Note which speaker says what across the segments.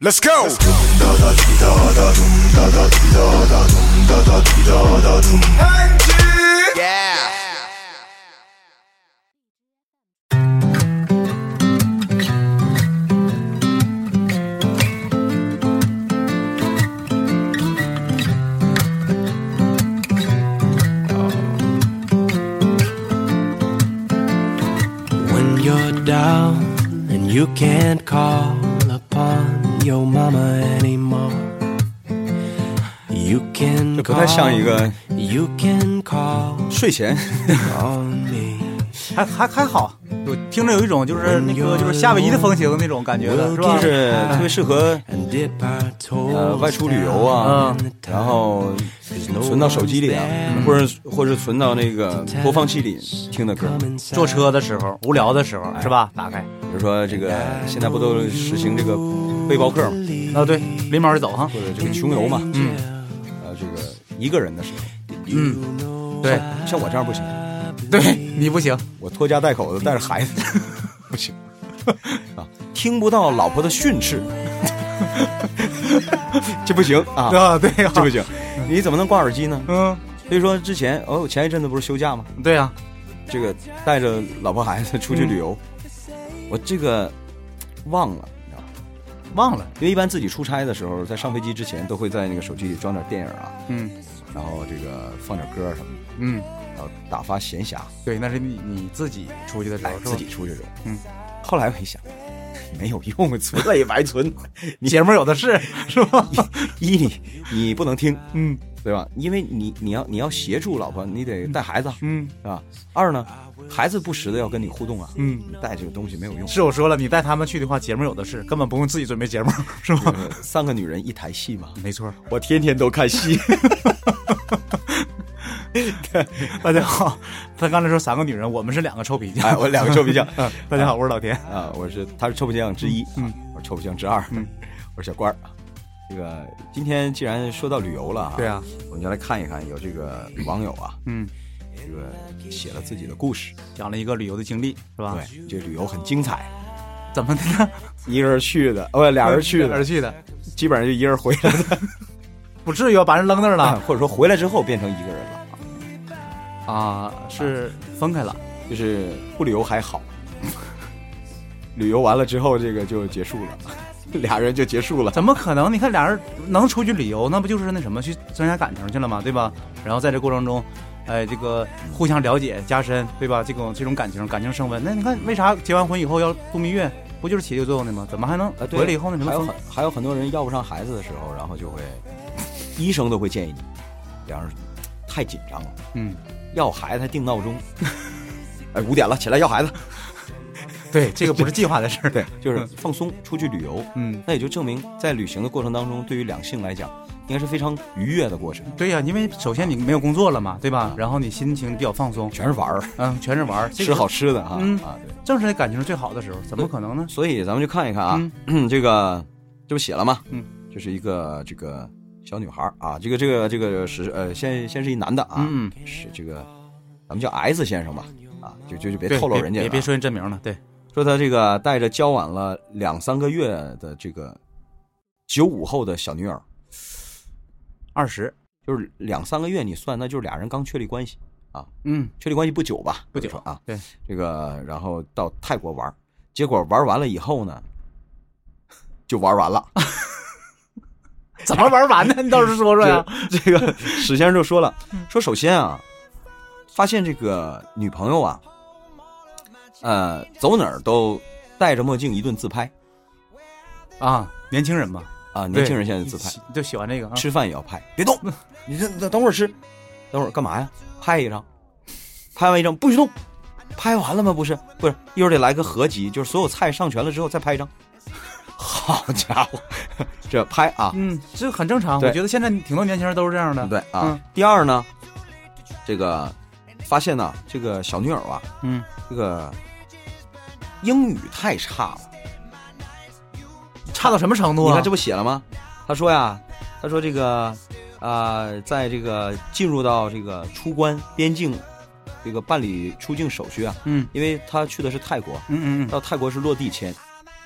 Speaker 1: Let's go. Yeah.
Speaker 2: 这不太像一个睡前，
Speaker 3: 还还还好，我听着有一种就是那个就是夏威夷的风情那种感觉的，是吧？哎
Speaker 2: 就是特别适合呃外出旅游啊，然后存到手机里啊，或者或者存到那个播放器里听的歌。
Speaker 3: 坐车的时候，无聊的时候，
Speaker 2: 哎
Speaker 3: 是吧？打开，
Speaker 2: 比如说这个现在不都实行这个背包客嘛，
Speaker 3: 啊，对，拎包就走哈，
Speaker 2: 或者这个穷游嘛，嗯，呃这个一个人的时候，
Speaker 3: 嗯，对
Speaker 2: 像我这样不行，
Speaker 3: 对，你不行，
Speaker 2: 我拖家带口的带着孩子 不行啊，听不到老婆的训斥， 这不行啊，
Speaker 3: 啊，对呀，
Speaker 2: 这不行，你怎么能挂耳机呢？
Speaker 3: 嗯，
Speaker 2: 所以说之前哦，前一阵子不是休假吗？
Speaker 3: 对啊呀，
Speaker 2: 这个带着老婆孩子出去旅游，我这个忘了，你知道吗？
Speaker 3: 忘了，
Speaker 2: 因为一般自己出差的时候，在上飞机之前都会在那个手机里装点电影啊，
Speaker 3: 嗯
Speaker 2: 然后这个放点歌什么的，
Speaker 3: 嗯，
Speaker 2: 然后打发闲暇，
Speaker 3: 对，那是你你自己出去的时
Speaker 2: 哎
Speaker 3: 候，，是吧
Speaker 2: 自己出去游。
Speaker 3: 嗯，
Speaker 2: 后来我一想，没有用，存了也白 存。
Speaker 3: 节目有的 是，是吧？
Speaker 2: 一你你不能听，
Speaker 3: 嗯
Speaker 2: 对吧？因为你你要你要协助老婆，你得带孩子啊，
Speaker 3: 嗯
Speaker 2: 是吧？二呢，孩子不时的要跟你互动啊，
Speaker 3: 嗯，
Speaker 2: 带这个东西没有 用。
Speaker 3: 是我说了，你带他们去的话，节目有的是，根本不用自己准备节目， 是吧？
Speaker 2: 呃三个女人一台戏嘛，
Speaker 3: 没错。
Speaker 2: 我天天都看戏。
Speaker 3: 大家好， 他刚才说三个女人，我们是两个臭皮匠。
Speaker 2: 哎，我两个臭皮匠
Speaker 3: 嗯大家好，我是老田。
Speaker 2: 啊，我是他是臭皮匠之一，
Speaker 3: 嗯
Speaker 2: 啊，我是臭皮匠之二，
Speaker 3: 嗯
Speaker 2: 我是小官儿。啊这个今天既然说到旅游了啊，
Speaker 3: 对啊，
Speaker 2: 我们就来看一看有这个网友啊，
Speaker 3: 嗯，
Speaker 2: 这个写了自己的故事，
Speaker 3: 讲了一个旅游的经历，是吧？，
Speaker 2: 对，这旅游很精彩，
Speaker 3: 怎么的呢？
Speaker 2: 一个人去的，哦，俩人去
Speaker 3: 俩人
Speaker 2: 的，
Speaker 3: 去的，
Speaker 2: 基本上就一人回来的，
Speaker 3: 不至于啊把人扔那儿 了
Speaker 2: 或者说回来之后变成一个人了，
Speaker 3: 啊？是分开了，
Speaker 2: 就是不旅游还好， 旅游完了之后这个就结束了， 俩人就结束了，
Speaker 3: 怎么可能？你看俩人能出去旅游，那不就是那什么去增加感情去了嘛，对吧？然后在这过程中。哎，这个互相了解、加深，对吧？这种这种感情，感情升温。那你看，为啥结完婚以后要度蜜月，不就是起这个作用的吗？怎么还能
Speaker 2: 啊，对
Speaker 3: 回来以后那什么
Speaker 2: 还有
Speaker 3: 分
Speaker 2: 很还有很多人要不上孩子的时候，然后就会，医生都会建议你，两人太紧张了，
Speaker 3: 嗯，
Speaker 2: 要孩子还定闹钟，哎，五点了起来要孩子，
Speaker 3: 对，这个不是计划的事儿。
Speaker 2: 对，就是放松，出去旅游，
Speaker 3: 嗯，
Speaker 2: 那也就证明在旅行的过程当中，对于两性来讲，应该是非常愉悦的过程，
Speaker 3: 对呀、因为首先你没有工作了嘛，对吧？然后你心情比较放松，
Speaker 2: 全是玩儿，
Speaker 3: 嗯，全是玩儿，这
Speaker 2: 吃
Speaker 3: 个
Speaker 2: 好吃的啊、
Speaker 3: 嗯
Speaker 2: 啊，对，
Speaker 3: 正是感情最好的时候，怎么可能呢？
Speaker 2: 所以咱们就看一看啊， 这个这不写了吗？
Speaker 3: 嗯，
Speaker 2: 这是一个这个小女孩儿啊，这个这个这个是呃，先先是一男的啊，
Speaker 3: 嗯，
Speaker 2: 是这个咱们叫 S 先生吧，啊，就就就别
Speaker 3: 对
Speaker 2: 透露
Speaker 3: 别
Speaker 2: 人家了啊
Speaker 3: 别别说人真名了，对，
Speaker 2: 说他这个带着交往了两三个月的这个九五后的小女友，
Speaker 3: 二十，
Speaker 2: 就是两三个月，你算那就是俩人刚确立关系啊，
Speaker 3: 嗯，
Speaker 2: 确立关系不久吧，
Speaker 3: 不久
Speaker 2: 或者说啊，
Speaker 3: 对，
Speaker 2: 这个然后到泰国玩儿，结果玩完了以后呢，就玩完了。
Speaker 3: 怎么玩完的？你倒是说说 呀。
Speaker 2: 这这个史先生就说了，说首先啊，发现这个女朋友啊，呃，走哪儿都戴着墨镜一顿自拍
Speaker 3: 啊，年轻人嘛，
Speaker 2: 啊，
Speaker 3: 对
Speaker 2: 年轻人现在自拍，
Speaker 3: 喜就喜欢这个啊。嗯
Speaker 2: 吃饭也要拍，别动，你这等等会儿吃，等会儿干嘛呀？拍一张，拍完一张不许动，拍完了吗？不是，不是，一会儿得来个合集，就是所有菜上全了之后再拍一张。好家伙， 这拍啊，
Speaker 3: 嗯，这很正常。
Speaker 2: 对
Speaker 3: 我觉得现在挺多年轻人都是这样的。
Speaker 2: 对啊。
Speaker 3: 嗯
Speaker 2: 第二呢，这个发现呢，这个小女友啊，
Speaker 3: 嗯，
Speaker 2: 这个英语太差了。
Speaker 3: 差到什么程度啊？
Speaker 2: 你看这不写了吗？他说呀，他说这个啊、呃在这个进入到这个出关边境，这个办理出境手续啊，
Speaker 3: 嗯
Speaker 2: 因为他去的是泰国，
Speaker 3: 嗯嗯嗯，
Speaker 2: 到泰国是落地签，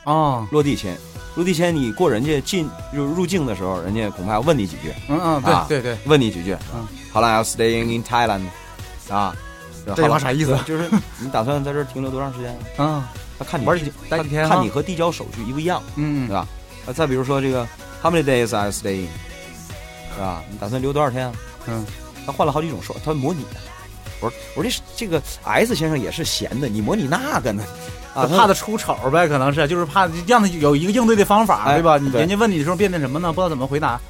Speaker 3: 啊，
Speaker 2: 落地签。落地签，你过人家进入入境的时候，人家恐怕要问你几句，
Speaker 3: 嗯嗯，
Speaker 2: 啊
Speaker 3: 对对对，
Speaker 2: 问你几句。
Speaker 3: 嗯
Speaker 2: 好了，I'm staying in Thailand，啊，
Speaker 3: 这句话啥意思啊
Speaker 2: 对就是你打算在这儿停留多长时间？
Speaker 3: 啊，
Speaker 2: 他看你
Speaker 3: 玩几待几天啊
Speaker 2: 看你和递交手续一不一样。
Speaker 3: 嗯
Speaker 2: 对吧啊，再比如说这个，How many days I staying？是吧？你打算留多少天啊？
Speaker 3: 嗯，
Speaker 2: 他换了好几种说，他模拟的。我说我说这是这个 S 先生也是闲的，你模拟那个呢？啊，
Speaker 3: 怕他出丑呗，可能是，就是怕让他有一个应对的方法，
Speaker 2: 哎
Speaker 3: 对吧？你
Speaker 2: 对
Speaker 3: 人家问你的时候变成什么呢？不知道怎么回答。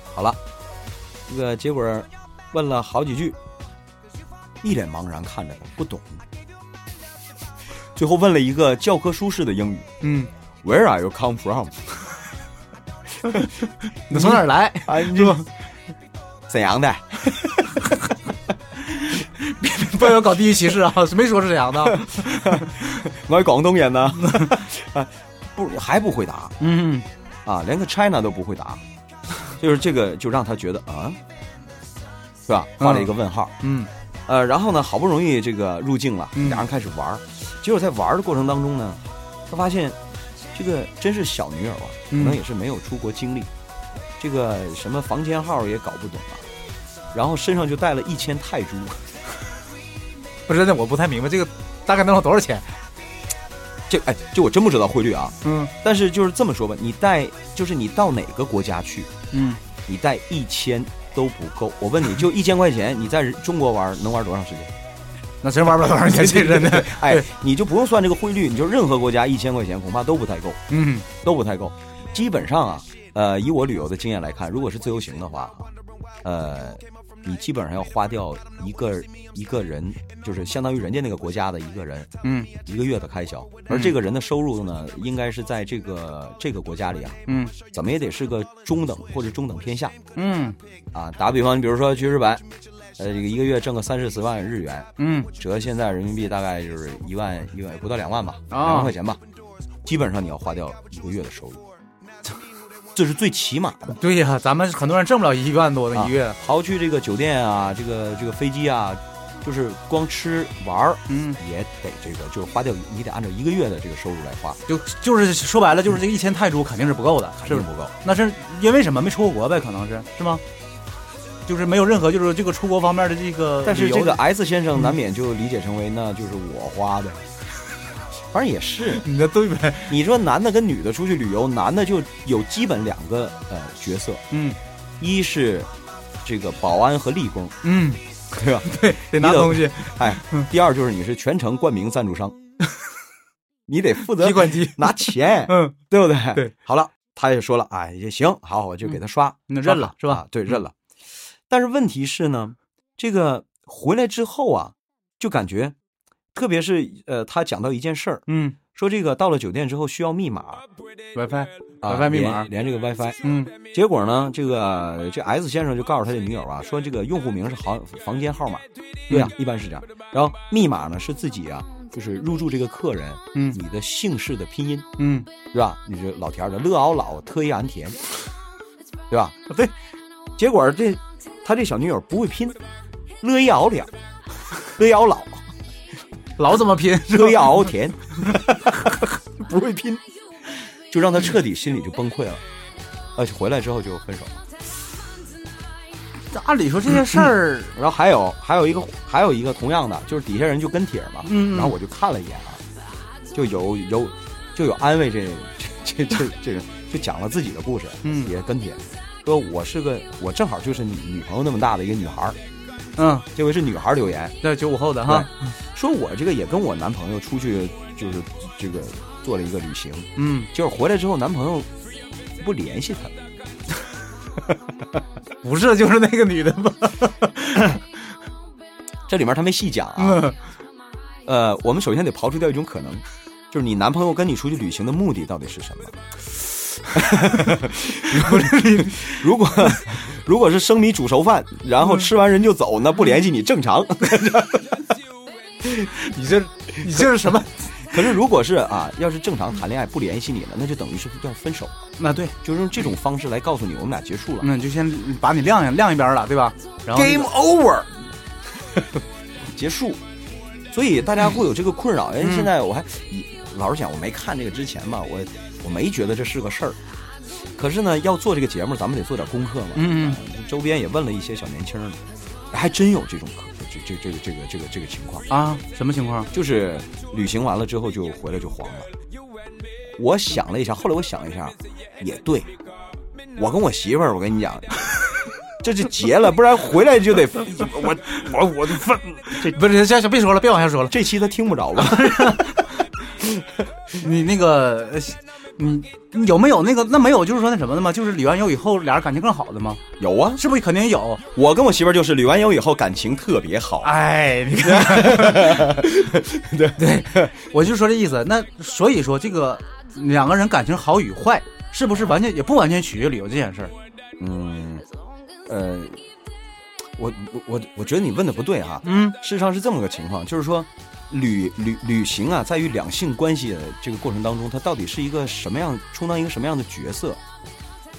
Speaker 2: 这个结果问了好几句，一脸茫然看着他，不懂。最后问了一个教科书式的英语
Speaker 3: 嗯，
Speaker 2: ：Where are you come from？
Speaker 3: 你从哪儿来？
Speaker 2: 啊，你 说沈阳的，
Speaker 3: 不要搞地域歧视啊！ 没说是沈阳的。
Speaker 2: 我是广东人呢。啊，不还不回答，
Speaker 3: 嗯，
Speaker 2: 啊，连个 China 都不会答，就是这个就让他觉得啊，是吧？画了一个问号。
Speaker 3: 嗯
Speaker 2: 呃，然后呢，好不容易这个入境了，
Speaker 3: 嗯
Speaker 2: 俩人开始玩儿。结果在玩儿的过程当中呢，他发现这个真是小女友啊，可能
Speaker 3: 嗯
Speaker 2: 也是没有出国经历，这个什么房间号也搞不懂啊。然后身上就带了一千泰铢，
Speaker 3: 不是真的，我不太明白这个大概能有多少钱。
Speaker 2: 这哎，这我真不知道汇率啊。
Speaker 3: 嗯
Speaker 2: 但是就是这么说吧，你带就是你到哪个国家去，
Speaker 3: 嗯，
Speaker 2: 你带一千都不够。我问你，就一千块钱，你在中国玩能玩多长时间？
Speaker 3: 那真玩不了多少钱，这真的。
Speaker 2: 哎
Speaker 3: 对，
Speaker 2: 你就不用算这个汇率，你就任何国家一千块钱恐怕都不太够，
Speaker 3: 嗯
Speaker 2: 都不太够。基本上啊，呃，以我旅游的经验来看，如果是自由行的话，呃，你基本上要花掉一个一个人，就是相当于人家那个国家的一个人
Speaker 3: 嗯
Speaker 2: 一个月的开销，而这个人的收入呢，应该是在这个这个国家里啊，
Speaker 3: 嗯
Speaker 2: 怎么也得是个中等或者中等偏下。
Speaker 3: 嗯
Speaker 2: 啊，打比方，你比如说去日本，呃，这个一个月挣个三四十万日元，
Speaker 3: 嗯
Speaker 2: 折现在人民币大概就是一万一万不到两万吧，
Speaker 3: 啊
Speaker 2: 两万块钱吧，基本上你要花掉一个月的收入，这是最起码的。
Speaker 3: 对呀、咱们很多人挣不了一万多呢，一个月。
Speaker 2: 刨去这个酒店啊，这个这个飞机啊，就是光吃玩儿
Speaker 3: 嗯，
Speaker 2: 也得这个，就是花掉，你得按照一个月的这个收入来花，
Speaker 3: 就就是说白了，就是这个一千泰铢肯定是不够的，
Speaker 2: 肯
Speaker 3: 是
Speaker 2: 定
Speaker 3: 不是？
Speaker 2: 不够。
Speaker 3: 那是因为什么没出过国呗？可能是是吗？就是没有任何就是这个出国方面的这个啊
Speaker 2: 但是
Speaker 3: 理由
Speaker 2: 这个嗯 S 先生难免就理解成为那就是我花的， 反正也是。
Speaker 3: 你的对呗？
Speaker 2: 你说男的跟女的出去旅游，男的就有基本两个呃角色，
Speaker 3: 嗯
Speaker 2: 一是这个保安和力工，
Speaker 3: 嗯，
Speaker 2: 对吧？
Speaker 3: 得拿
Speaker 2: 你得
Speaker 3: 东西，
Speaker 2: 哎，第二就是你是全程冠名赞 助商，你得负责
Speaker 3: 提款 机。
Speaker 2: 拿钱，
Speaker 3: 嗯
Speaker 2: 对不对？
Speaker 3: 对。
Speaker 2: 好了，他也说了，哎，也行，好，我就给他刷，
Speaker 3: 嗯那
Speaker 2: 刷
Speaker 3: 认了
Speaker 2: 卡
Speaker 3: 是吧
Speaker 2: 啊对，
Speaker 3: 嗯
Speaker 2: 认了。但是问题是呢，这个回来之后啊，就感觉，特别是呃，他讲到一件事儿，
Speaker 3: 嗯
Speaker 2: 说这个到了酒店之后需要密码。
Speaker 3: ，WiFi
Speaker 2: 啊
Speaker 3: WiFi 密码
Speaker 2: 连连这个 WiFi，
Speaker 3: 嗯
Speaker 2: 结果呢，这个这 S 先生就告诉他的女友啊，说这个用户名是房房间号码，对
Speaker 3: 嗯
Speaker 2: 啊，一般是这样。然后密码呢是自己啊，就是入住这个客人，
Speaker 3: 嗯
Speaker 2: 你的姓氏的拼音，
Speaker 3: 嗯，
Speaker 2: 是吧？你就老田儿的乐敖老特一安田，对吧？
Speaker 3: 啊
Speaker 2: 对，结果这他这小女友不会拼，乐一敖了，乐一敖老，
Speaker 3: 老怎么拼？
Speaker 2: 乐一敖田， 不会拼，就让他彻底心里就崩溃了，而且回来之后就分手了。
Speaker 3: 按理说这些事儿，
Speaker 2: 然后还有还有一个还有一个同样的，就是底下人就跟帖嘛，
Speaker 3: 嗯嗯
Speaker 2: 然后我就看了一眼啊，就有有就有安慰这这这这这人，就讲了自己的故事，
Speaker 3: 嗯
Speaker 2: 也跟帖说我是个我正好就是你女朋友那么大的一个女孩儿，
Speaker 3: 嗯，
Speaker 2: 这回是女孩儿留言
Speaker 3: 那九五后的哈，
Speaker 2: 说我这个也跟我男朋友出去就是这个做了一个旅行，
Speaker 3: 嗯，
Speaker 2: 就是回来之后男朋友不联系她了，
Speaker 3: 不是就是那个女的吧？
Speaker 2: 这里面他没细讲啊，
Speaker 3: 嗯
Speaker 2: 呃，我们首先得刨除掉一种可能，就是你男朋友跟你出去旅行的目的到底是什么？ 如果如果是生米煮熟饭，然
Speaker 3: 嗯
Speaker 2: 后吃完人就走，那不联系你正常。
Speaker 3: 你这你这是什么？
Speaker 2: 可是如果是啊，要是正常谈恋爱不联系你了，那就等于是要分手，
Speaker 3: 那对，
Speaker 2: 就是用这种方式来告诉你我们俩结束了。
Speaker 3: 那你就先把你晾晾晾一边儿了，对吧？然后那个
Speaker 1: Game over。
Speaker 2: 结束。所以大家会有这个困扰，因为
Speaker 3: 嗯
Speaker 2: 现在我还，老实讲，我没看这个之前吧，我我没觉得这是个事儿。可是呢，要做这个节目，咱们得做点功课嘛。呃
Speaker 3: 嗯
Speaker 2: 周边也问了一些小年轻儿，还真有这种可这这这个这个这个这个情况，
Speaker 3: 嗯啊，什么情况？
Speaker 2: 就是旅行完了之后就回来就黄了。我想了一下，后来我想了一下，也对。我跟我媳妇儿，我跟你讲，这就结了，不然回来就得我我我得分。
Speaker 3: 这不是，这这别说了，别往下说了。
Speaker 2: 这期他听不着了。
Speaker 3: 你那个，呃你你有没有那个？那没有，就是说那什么的吗？就是旅完游以后，俩人感情更好的吗？
Speaker 2: 有啊，
Speaker 3: 是不是肯定有？
Speaker 2: 我跟我媳妇儿就是旅完游以后感情特别好。
Speaker 3: 哎，你看，
Speaker 2: 对
Speaker 3: 对，我就说这意思。那所以说，这个两个人感情好与坏，是不是完全也不完全取决于旅游这件事儿？
Speaker 2: 嗯，呃，我我我我觉得你问的不对哈、
Speaker 3: 嗯
Speaker 2: 事实上是这么个情况，就是说，旅旅旅行啊，在于两性关系的这个过程当中，它到底是一个什么样，充当一个什么样的角色？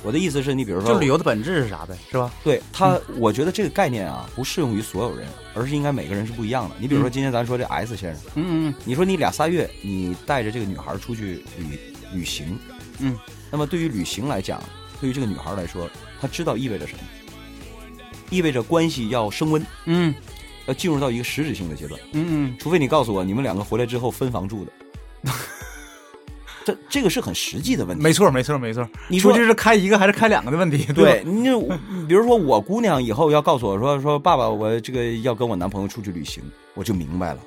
Speaker 2: 我的意思是你比如说，
Speaker 3: 就旅游的嗯本质是啥呗，是吧？
Speaker 2: 对它，我觉得这个概念啊，不适用于所有人，而是应该每个人是不一样的。你比如说，
Speaker 3: 嗯
Speaker 2: 今天咱说这 S 先生，
Speaker 3: 嗯嗯
Speaker 2: 你说你俩仨月，你带着这个女孩出去旅旅行，
Speaker 3: 嗯，
Speaker 2: 那么对于旅行来讲，对于这个女孩来说，她知道意味着什么，意味着关系要升温，
Speaker 3: 嗯
Speaker 2: 要进入到一个实质性的阶段。
Speaker 3: 嗯
Speaker 2: 除非你告诉我，你们两个回来之后分房住的， 这这个是很实际的问
Speaker 3: 嗯，
Speaker 2: 题。
Speaker 3: 没错没错没错。
Speaker 2: 你
Speaker 3: 说
Speaker 2: 说
Speaker 3: 这是开一个还是开两个的问题？
Speaker 2: 对
Speaker 3: 吧，
Speaker 2: 你就比如说我姑娘以后要告诉我说说爸爸，我这个要跟我男朋友出去旅行，我就明白了，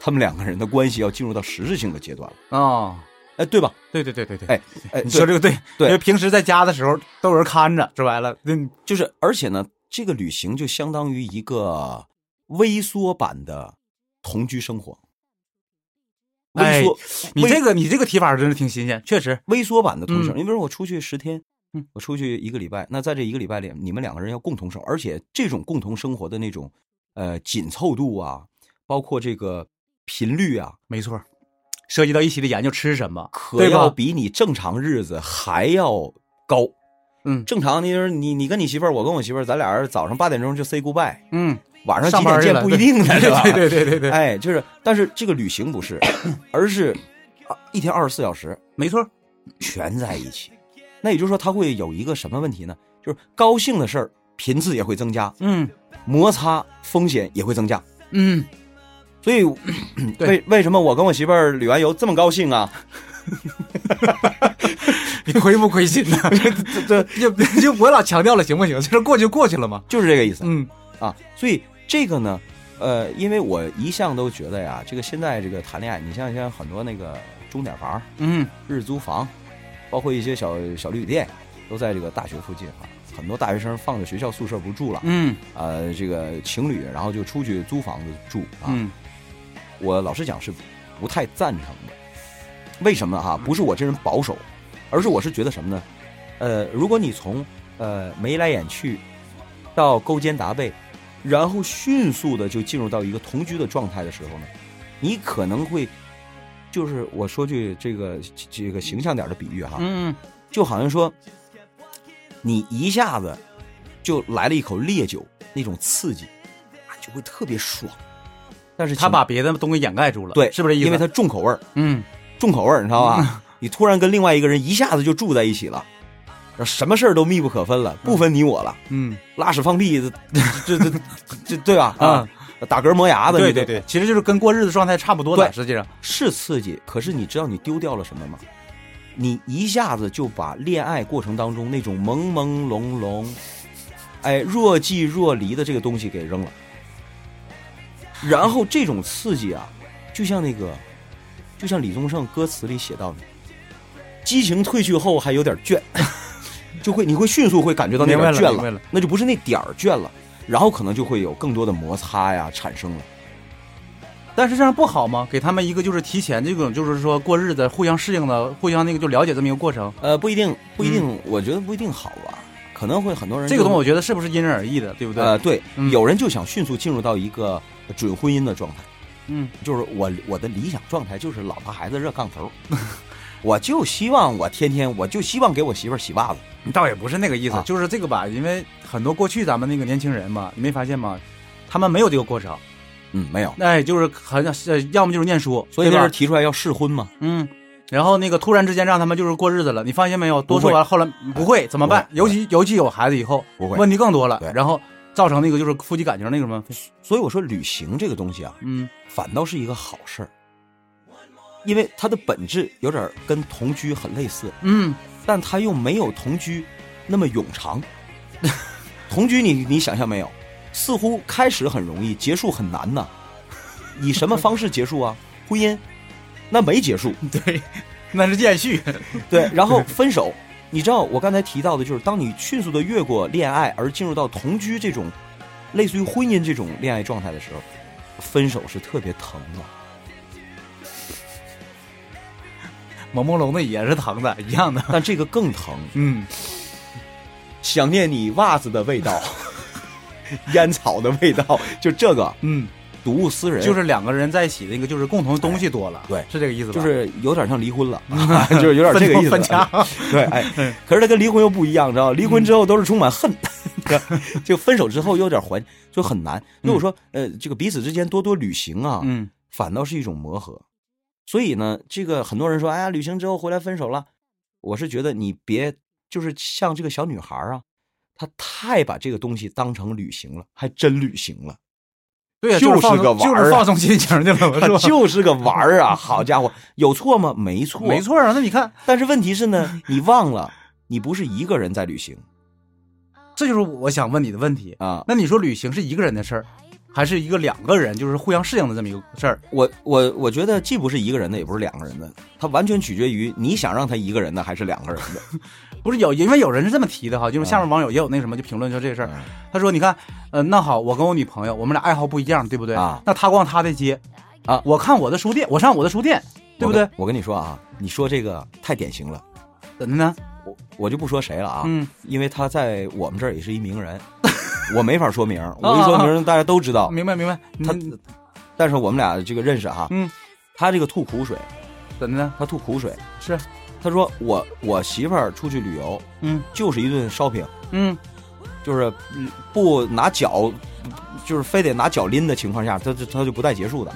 Speaker 2: 他们两个人的关系要进入到实质性的阶段了，
Speaker 3: 哦，
Speaker 2: 哎，对吧？
Speaker 3: 对对对对对。
Speaker 2: 哎，哎，
Speaker 3: 你说
Speaker 2: 对
Speaker 3: 这个对，
Speaker 2: 对
Speaker 3: 因为平时在家的时候都有人看着，说白了，嗯
Speaker 2: 就是，而且呢，这个旅行就相当于一个微缩版的同居生活，
Speaker 3: 哎
Speaker 2: 微缩，
Speaker 3: 你
Speaker 2: 微
Speaker 3: 这个你这个提法真是挺新鲜，确实，
Speaker 2: 微缩版的同居生活。
Speaker 3: 嗯
Speaker 2: 你比如说我出去十天
Speaker 3: 嗯，
Speaker 2: 我出去一个礼拜，那在这一个礼拜里，你们两个人要共同生活，而且这种共同生活的那种呃紧凑度啊，包括这个频率啊，
Speaker 3: 没错。涉及到一起的研究吃什么，
Speaker 2: 可
Speaker 3: 对吧
Speaker 2: 要比你正常日子还要高。
Speaker 3: 嗯
Speaker 2: 正常你就是你你跟你媳妇儿，我跟我媳妇儿，咱俩人早上八点钟就 say goodbye，
Speaker 3: 嗯，
Speaker 2: 晚上
Speaker 3: 上
Speaker 2: 几
Speaker 3: 班
Speaker 2: 点
Speaker 3: 去
Speaker 2: 见
Speaker 3: 了
Speaker 2: 不一定呢，是吧？
Speaker 3: 对对对对对，
Speaker 2: 哎，就是，但是这个旅行不是，而是啊一天二十四小时
Speaker 3: 没错，
Speaker 2: 全在一起。那也就是说，他会有一个什么问题呢？就是高兴的事儿频次也会增加，
Speaker 3: 嗯
Speaker 2: 摩擦风险也会增加。
Speaker 3: 嗯，
Speaker 2: 所 以，
Speaker 3: 对
Speaker 2: 为为什么我跟我媳妇儿旅完游这么高兴啊？
Speaker 3: 你亏不亏心呢？ 这这就就我老强调了，行不行？就是过去就过去了嘛。
Speaker 2: 就是这个意思
Speaker 3: 嗯
Speaker 2: 啊。所以这个呢，呃，因为我一向都觉得呀，这个现在这个谈恋爱，你像现在很多那个钟点房、
Speaker 3: 嗯
Speaker 2: 日租房，包括一些小小旅店，都在这个大学附近啊。很多大学生放着学校宿舍不住了，
Speaker 3: 嗯
Speaker 2: 呃，这个情侣然后就出去租房子住啊。
Speaker 3: 嗯
Speaker 2: 我老实讲是不太赞成的，为什么哈、不是我这人保守，而是我是觉得什么呢？呃，如果你从呃眉来眼去到勾肩搭背，然后迅速的就进入到一个同居的状态的时候呢，你可能会。就是我说句这个这个形象点的比喻哈，
Speaker 3: 嗯
Speaker 2: 就好像说，你一下子就来了一口烈酒，那种刺激啊，就会特别爽。但是
Speaker 3: 他
Speaker 2: 请
Speaker 3: 把别的东西掩盖住了，
Speaker 2: 对
Speaker 3: 是不是这意思？
Speaker 2: 因为它重口味儿，
Speaker 3: 嗯
Speaker 2: 重口味儿，你知道吧？你突然跟另外一个人一下子就住在一起了，然后什么事儿都密不可分了，不分你我了，
Speaker 3: 嗯
Speaker 2: 拉屎放屁，这这这这对吧？
Speaker 3: 啊
Speaker 2: 啊，，打嗝磨牙的，
Speaker 3: 对
Speaker 2: 你
Speaker 3: 对
Speaker 2: 这
Speaker 3: 对，其实就是跟过日子状态差不多的，
Speaker 2: 对
Speaker 3: 实际上，
Speaker 2: 是刺激。可是你知道你丢掉了什么吗？你一下子就把恋爱过程当中那种朦朦胧胧，哎，若即若离的这个东西给扔了。然后这种刺激啊，就像那个，就像李宗盛歌词里写到的，激情褪去后还有点倦， 就会你会迅速会感觉到那
Speaker 3: 明白
Speaker 2: 点
Speaker 3: 了
Speaker 2: 倦
Speaker 3: 明白了
Speaker 2: 那就不是那点儿倦了，然后可能就会有更多的摩擦呀产生了。
Speaker 3: 但是这样不好吗？给他们一个就是提前这种就是说过日子互相适应的、互相那个就了解这么一个过程。
Speaker 2: 呃，不一定，不一定，我觉得不一定好吧，可能会很多
Speaker 3: 嗯
Speaker 2: 人
Speaker 3: 这个东西
Speaker 2: 西，
Speaker 3: 我觉得是不是因人而异的，对不对？
Speaker 2: 呃，对，
Speaker 3: 嗯
Speaker 2: 有人就想迅速进入到一个准婚姻的状态，
Speaker 3: 嗯
Speaker 2: 就是我我的理想状态就是老婆孩子热炕 头，我就希望我天天我就希望给我媳妇儿洗袜子，
Speaker 3: 倒也不是那个意思，
Speaker 2: 啊
Speaker 3: 就是这个吧，因为很多过去咱们那个年轻人嘛，你没发现吗？他们没有这个过程，
Speaker 2: 嗯，没有，
Speaker 3: 哎，就是很呃要么就是念书，
Speaker 2: 所以
Speaker 3: 对
Speaker 2: 那
Speaker 3: 吧
Speaker 2: 人提出来要试婚嘛，
Speaker 3: 嗯，然后那个突然之间让他们就是过日子了，你发现没有？多说
Speaker 2: 不会
Speaker 3: 完后来不会怎么办？
Speaker 2: 不会
Speaker 3: 尤其尤其有孩子以后，
Speaker 2: 不会
Speaker 3: 问题更多了
Speaker 2: 对，
Speaker 3: 然后造成那个就是夫妻感情那个什么，
Speaker 2: 所以我说旅行这个东西啊，
Speaker 3: 嗯
Speaker 2: 反倒是一个好事儿，因为它的本质有点儿跟同居很类似，
Speaker 3: 嗯，
Speaker 2: 但它又没有同居那么冗长。 同居你你想象没有？似乎开始很容易，结束很难呐。以什么方式结束啊？ 婚姻，那没结束。
Speaker 3: 对，那是间续，
Speaker 2: 对，然后分手。你知道我刚才提到的就是，当你迅速的越过恋爱而进入到同居这种类似于婚姻这种恋爱状态的时候，分手是特别疼的。
Speaker 3: 某某龙的也是疼的，一样的，
Speaker 2: 但这个更疼，
Speaker 3: 嗯，
Speaker 2: 想念你袜子的味 道，烟草的味道，就这个
Speaker 3: 嗯，
Speaker 2: 睹物思人，
Speaker 3: 就是两个人在一起那个就是共同的东西多了，
Speaker 2: 对
Speaker 3: 是这个意思吧？
Speaker 2: 就是有点像离婚了，啊 就是有点这个意思。
Speaker 3: 分家，
Speaker 2: 对，嗯哎，可是他跟离婚又不一样，知道吗？离婚之后都是充满 恨，就分手之后又有点怀，就很难。所以我说，呃，这个彼此之间多多旅行啊，
Speaker 3: 嗯
Speaker 2: 反倒是一种磨合。所以呢，这个很多人说，哎呀，旅行之后回来分手了，我是觉得你别就是像这个小女孩啊，她太把这个东西当成旅行了，还真旅行 了，
Speaker 3: 对呀，
Speaker 2: 就是
Speaker 3: 是放
Speaker 2: 个
Speaker 3: 松
Speaker 2: 玩儿啊
Speaker 3: 就是放松心情去了，我说
Speaker 2: 就是个玩儿啊！好家伙，有错吗？没错，
Speaker 3: 没。错啊，那你看，
Speaker 2: 但是问题是呢，你忘了，你不是一个人在旅行
Speaker 3: 这就是我想问你的问题
Speaker 2: 啊。
Speaker 3: 那你说旅行是一个人的事儿，还是一个两个人就是互相适应的这么一个事儿？
Speaker 2: 我我我觉得既不是一个人的，也不是两个人的，它完全取决于你想让他一个人的还是两个人的。
Speaker 3: 不是有，因为有人是这么提的哈，就是
Speaker 2: 嗯
Speaker 3: 下面网友也有那什么就评论说这事儿，他说你看，呃，那好，我跟我女朋友，我们俩爱好不一样，对不对？
Speaker 2: 啊
Speaker 3: 那她逛她的街，
Speaker 2: 啊
Speaker 3: 我看我的书店，我上我的书店，对不对
Speaker 2: 我？跟？我跟你说啊，你说这个太典型了，
Speaker 3: 怎的呢？
Speaker 2: 我我就不说谁了啊，
Speaker 3: 嗯，
Speaker 2: 因为他在我们这儿也是一名人， 我没法说名儿，我一说
Speaker 3: 哦
Speaker 2: 名儿大家都知道。
Speaker 3: 明白明白，
Speaker 2: 他
Speaker 3: 嗯，
Speaker 2: 但是我们俩这个认识哈，
Speaker 3: 嗯，
Speaker 2: 他这个吐苦水，
Speaker 3: 怎的呢？
Speaker 2: 他吐苦水，
Speaker 3: 是，
Speaker 2: 他说我我媳妇儿出去旅游
Speaker 3: 嗯
Speaker 2: 就是一顿 shopping，
Speaker 3: 嗯，
Speaker 2: 就是嗯不拿脚，就是非得拿脚拎的情况下，他就他就不带结束的。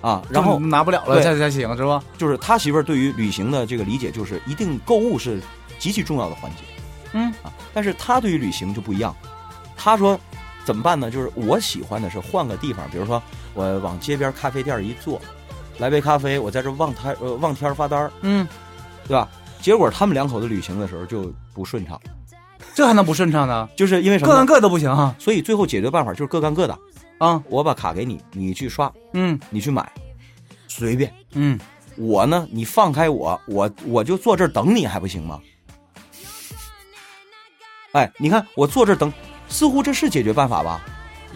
Speaker 2: 啊，然后
Speaker 3: 就拿不了了
Speaker 2: 对
Speaker 3: 才才行是吧？
Speaker 2: 就是他媳妇儿对于旅行的这个理解，就是一定购物是极其重要的环节。
Speaker 3: 嗯
Speaker 2: 啊，但是他对于旅行就不一样，他说怎么办呢？就是我喜欢的是换个地方，比如说我往街边咖啡店一坐，来杯咖啡，我在这儿望天呃望天儿发呆儿，
Speaker 3: 嗯，
Speaker 2: 对吧？结果他们两口子旅行的时候就不顺畅，
Speaker 3: 这还能不顺畅呢？
Speaker 2: 就是因为什
Speaker 3: 各
Speaker 2: 么
Speaker 3: 干
Speaker 2: 呢？
Speaker 3: 各都不行啊！
Speaker 2: 所以最后解决办法就是各干各的。
Speaker 3: 啊，
Speaker 2: 我把卡给你，你去刷，
Speaker 3: 嗯
Speaker 2: 你去买，随便。
Speaker 3: 嗯，
Speaker 2: 我呢，你放开我，我我就坐这儿等你还不行吗？哎，你看我坐这儿等，似乎这是解决办法吧？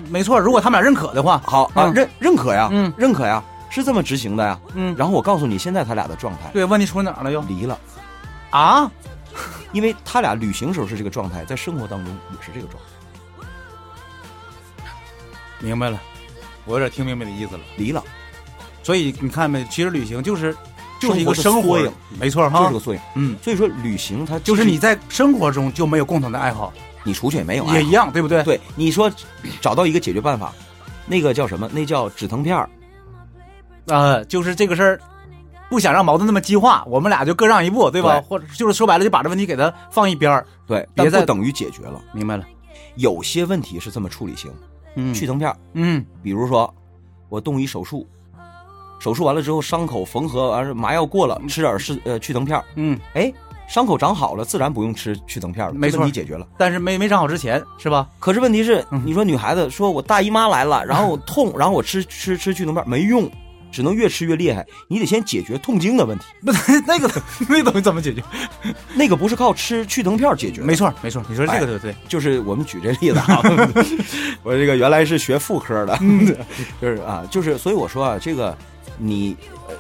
Speaker 3: 没错，如果他们俩认可的话，
Speaker 2: 好啊，
Speaker 3: 嗯
Speaker 2: 认认可呀，
Speaker 3: 嗯
Speaker 2: 认可呀，是这么执行的呀。
Speaker 3: 嗯，
Speaker 2: 然后我告诉你，现在他俩的状态
Speaker 3: 对，问题出哪儿了又？
Speaker 2: 离了，
Speaker 3: 啊，
Speaker 2: 因为他俩旅行时候是这个状态，在生活当中也是这个状态，
Speaker 3: 明白了，我有点听明白你的意思了。
Speaker 2: 离了
Speaker 3: 所以你看没，其实旅行就是就是一个
Speaker 2: 生
Speaker 3: 生
Speaker 2: 活
Speaker 3: 活
Speaker 2: 的
Speaker 3: 的，没错
Speaker 2: 就是
Speaker 3: 哈
Speaker 2: 这个。作用。
Speaker 3: 嗯，
Speaker 2: 所以说，旅行它
Speaker 3: 就是
Speaker 2: 既
Speaker 3: 你，在生活中就没有共同的爱好，
Speaker 2: 你出去也没有爱
Speaker 3: 也一样，对不对？，
Speaker 2: 对，你说找到一个解决办法，那个叫什么？那叫止疼片儿。
Speaker 3: 呃，就是这个事儿，不想让矛盾那么激化，我们俩就各让一步，对吧？
Speaker 2: 对
Speaker 3: 或者就是说白了，就把这问题给它放一边儿。
Speaker 2: 对，
Speaker 3: 别
Speaker 2: 但
Speaker 3: 再
Speaker 2: 不等于解决了。
Speaker 3: 明白了，
Speaker 2: 有些问题是这么处理型，
Speaker 3: 嗯，
Speaker 2: 去，疼片儿，
Speaker 3: 嗯
Speaker 2: 比如说我动一手术，手术完了之后伤口缝合，完麻药过了，吃点儿是呃去疼片儿，
Speaker 3: 嗯，
Speaker 2: 哎，伤口长好了，自然不用吃去疼片儿了，
Speaker 3: 没
Speaker 2: 这
Speaker 3: 错
Speaker 2: 问题解决了。
Speaker 3: 但是没没长好之前是吧？
Speaker 2: 可是问题是，
Speaker 3: 嗯
Speaker 2: 你说女孩子说我大姨妈来了，然后我痛， 然后我吃吃吃去疼片儿没用，只能越吃越厉害。你得先解决痛经的问题，
Speaker 3: 不， 那个那东西怎么解决？
Speaker 2: 那个不是靠吃去疼片儿解决的，
Speaker 3: 没错儿，没错儿，你说这个对不对？
Speaker 2: 就是我们举这例子啊， 我这个原来是学妇科的， 就是啊，就是所以我说啊，这个你呃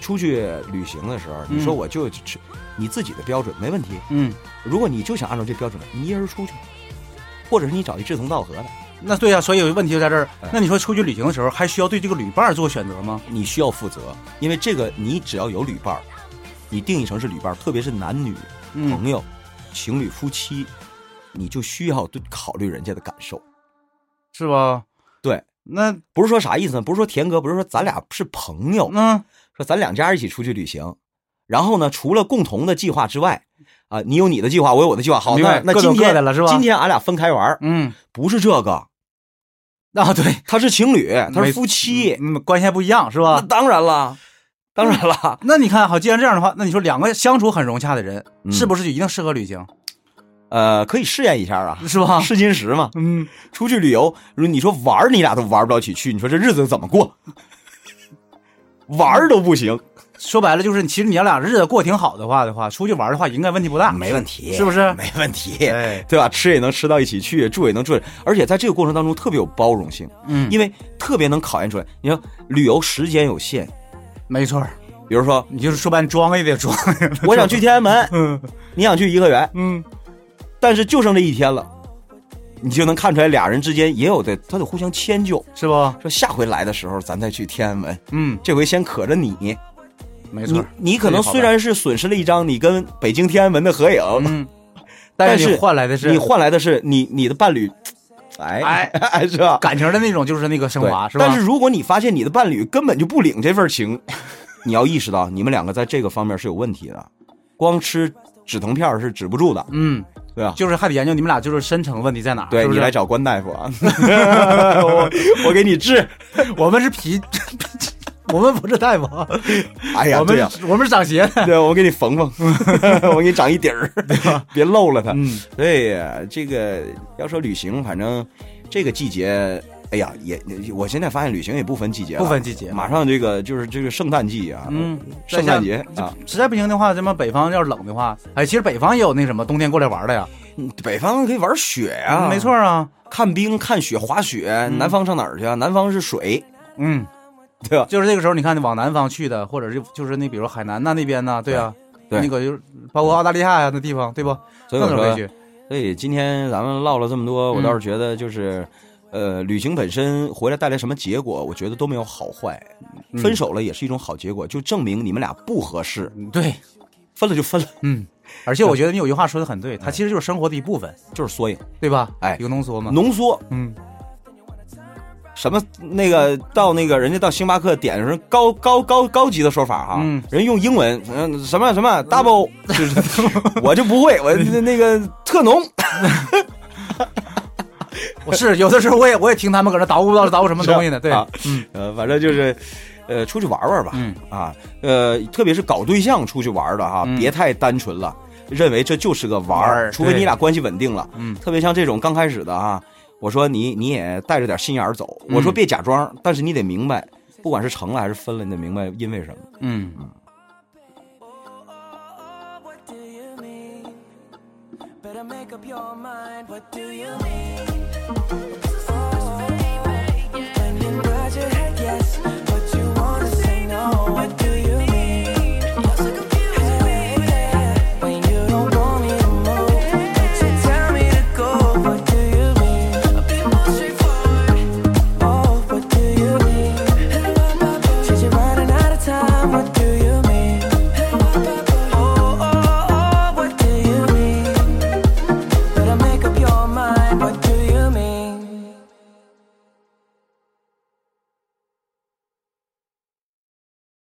Speaker 2: 出去旅行的时候，你说
Speaker 3: 嗯
Speaker 2: 我就吃你自己的标准没问题，
Speaker 3: 嗯，
Speaker 2: 如果你就想按照这标准，你一人出去，或者是你找一志同道合的，
Speaker 3: 那对呀、啊所以问题就在这儿
Speaker 2: 哎。
Speaker 3: 那你说出去旅行的时候，还需要对这个旅伴儿做选择吗？
Speaker 2: 你需要负责，因为这个你只要有旅伴儿，你定义成是旅伴儿，特别是男女
Speaker 3: 嗯，
Speaker 2: 朋友、情侣、夫妻，你就需要对考虑人家的感受。
Speaker 3: 是吧？
Speaker 2: 对，
Speaker 3: 那
Speaker 2: 不是说啥意思呢？不是说田哥，不是说咱俩是朋友，
Speaker 3: 那
Speaker 2: 说咱两家一起出去旅行，然后呢，除了共同的计划之外，啊、你有你的计划，我有我的计划，好，
Speaker 3: 明
Speaker 2: 那
Speaker 3: 白
Speaker 2: 那
Speaker 3: 各走
Speaker 2: 今
Speaker 3: 各
Speaker 2: 天
Speaker 3: 的了是吧
Speaker 2: 今天俺俩分开玩儿，
Speaker 3: 嗯，
Speaker 2: 不是这个，
Speaker 3: 啊对，
Speaker 2: 他是情侣，他
Speaker 3: 没
Speaker 2: 是夫妻，
Speaker 3: 嗯，关系还不一样是
Speaker 2: 那
Speaker 3: 吧？
Speaker 2: 当然了，当然了，
Speaker 3: 那你看好，既然这样的话，那你说两个相处很融洽的人，
Speaker 2: 嗯
Speaker 3: 是不是就一定适合旅行，
Speaker 2: 呃，可以试验一下啊，
Speaker 3: 是吧？
Speaker 2: 试金石嘛，
Speaker 3: 嗯，
Speaker 2: 出去旅游，如你说玩儿你俩都玩不到一起去，你说这日子怎么过？ 玩儿都不行，
Speaker 3: 说白了就是，其实你要俩日子过挺好的话的话，出去玩的话应该问题不大，
Speaker 2: 没问题，
Speaker 3: 是不是
Speaker 2: 没问题，
Speaker 3: 哎，
Speaker 2: 对吧？吃也能吃到一起去，住也能住，而且在这个过程当中特别有包容性，
Speaker 3: 嗯，
Speaker 2: 因为特别能考验出来。你看，旅游时间有限，
Speaker 3: 没错儿，
Speaker 2: 比 如说
Speaker 3: 你就是说白了装也得装，
Speaker 2: 我想去天安门，
Speaker 3: 嗯
Speaker 2: 你想去颐和园，
Speaker 3: 嗯，
Speaker 2: 但是就剩这一天了，你就能看出来俩人之间也有的，他得互相迁就。
Speaker 3: 是不？
Speaker 2: 说下回来的时候咱再去天安门，
Speaker 3: 嗯，
Speaker 2: 这回先可着你，
Speaker 3: 没错
Speaker 2: 你
Speaker 3: 儿，
Speaker 2: 你可能
Speaker 3: 这个好
Speaker 2: 虽然是损失了一张你跟北京天安门的合影，
Speaker 3: 嗯，
Speaker 2: 但
Speaker 3: 但
Speaker 2: 是
Speaker 3: 是你换来的是
Speaker 2: 你换来的是你你的伴侣，哎 哎是吧？
Speaker 3: 感情的那种，就是那个升
Speaker 2: 对
Speaker 3: 华，是吧？
Speaker 2: 但是如果你发现你的伴侣根本就不领这份情， 你要意识到你们两个在这个方面是有问题的，光吃止疼片儿是止不住的，
Speaker 3: 嗯，
Speaker 2: 对吧？
Speaker 3: 就是还得研究你们俩就是深层问题在哪儿，
Speaker 2: 对
Speaker 3: 是不
Speaker 2: 你
Speaker 3: 是
Speaker 2: 来找关大夫 啊，我我给你治。
Speaker 3: 我们是皮， 我们不是大夫，
Speaker 2: 哎呀，
Speaker 3: 我
Speaker 2: 对
Speaker 3: 们、
Speaker 2: 呀、
Speaker 3: 我们是长鞋。
Speaker 2: 对，我给你缝缝，我给你长一底儿，别漏了它。
Speaker 3: 嗯，
Speaker 2: 对呀，这个要说旅行，反正这个季节，哎呀，也也我现在发现旅行也不分季节了，
Speaker 3: 不分季节
Speaker 2: 马上这个就是这个圣诞季啊，
Speaker 3: 嗯
Speaker 2: 圣诞节啊，
Speaker 3: 实在不行的话，咱们北方要是冷的话，哎，其实北方也有那什么冬天过来玩的呀，
Speaker 2: 嗯北方可以玩雪啊，
Speaker 3: 没错，嗯啊，
Speaker 2: 看冰、看雪、滑雪，南方上哪儿去啊？南方是水，
Speaker 3: 嗯，
Speaker 2: 对啊吧？
Speaker 3: 就是这个时候，你看往南方去的，或者是就是那比如海南呐那边呐，对啊，
Speaker 2: 对
Speaker 3: 那个就是包括澳大利亚呀、那地方，对不？
Speaker 2: 所以
Speaker 3: 那
Speaker 2: 我
Speaker 3: 都可以
Speaker 2: 说，
Speaker 3: 去，
Speaker 2: 所以今天咱们唠了这么多，我
Speaker 3: 嗯
Speaker 2: 倒是觉得就是。呃，旅行本身回来带来什么结果，我觉得都没有好坏。
Speaker 3: 嗯
Speaker 2: 分手了也是一种好结果，就证明你们俩不合适，
Speaker 3: 对，
Speaker 2: 分了就分了，
Speaker 3: 嗯，而且我觉得你有句话说的很对，它其实就是生活的一部分，
Speaker 2: 就是缩影。
Speaker 3: 对吧？
Speaker 2: 哎
Speaker 3: 有浓缩嘛，
Speaker 2: 浓缩
Speaker 3: 嗯，
Speaker 2: 什么那个到那个人家到星巴克点人高高高高级的说法哈，
Speaker 3: 嗯
Speaker 2: 人用英文嗯什么什么 double，就是 我就不会，我那那个特浓，
Speaker 3: 我是有的时候我也我也听他们搁那捣鼓不知道捣鼓什么东西呢，对，
Speaker 2: 啊
Speaker 3: 嗯
Speaker 2: 呃，反正就是。呃，出去玩玩吧，
Speaker 3: 嗯
Speaker 2: 啊，呃，特别是搞对象出去玩的哈，
Speaker 3: 嗯
Speaker 2: 别太单纯了，认为这就是个玩
Speaker 3: 玩
Speaker 2: 儿，
Speaker 3: 儿
Speaker 2: 除非
Speaker 3: 对
Speaker 2: 你俩关系稳定了。
Speaker 3: 嗯
Speaker 2: 特别像这种刚开始的哈，我说你你也带着点心眼儿走，我
Speaker 3: 嗯
Speaker 2: 说别假装，但是你得明白，不管是成了还是分了，你得明白因为什么。
Speaker 3: 嗯。
Speaker 4: What do you mean? Better make up your mind. What do you mean?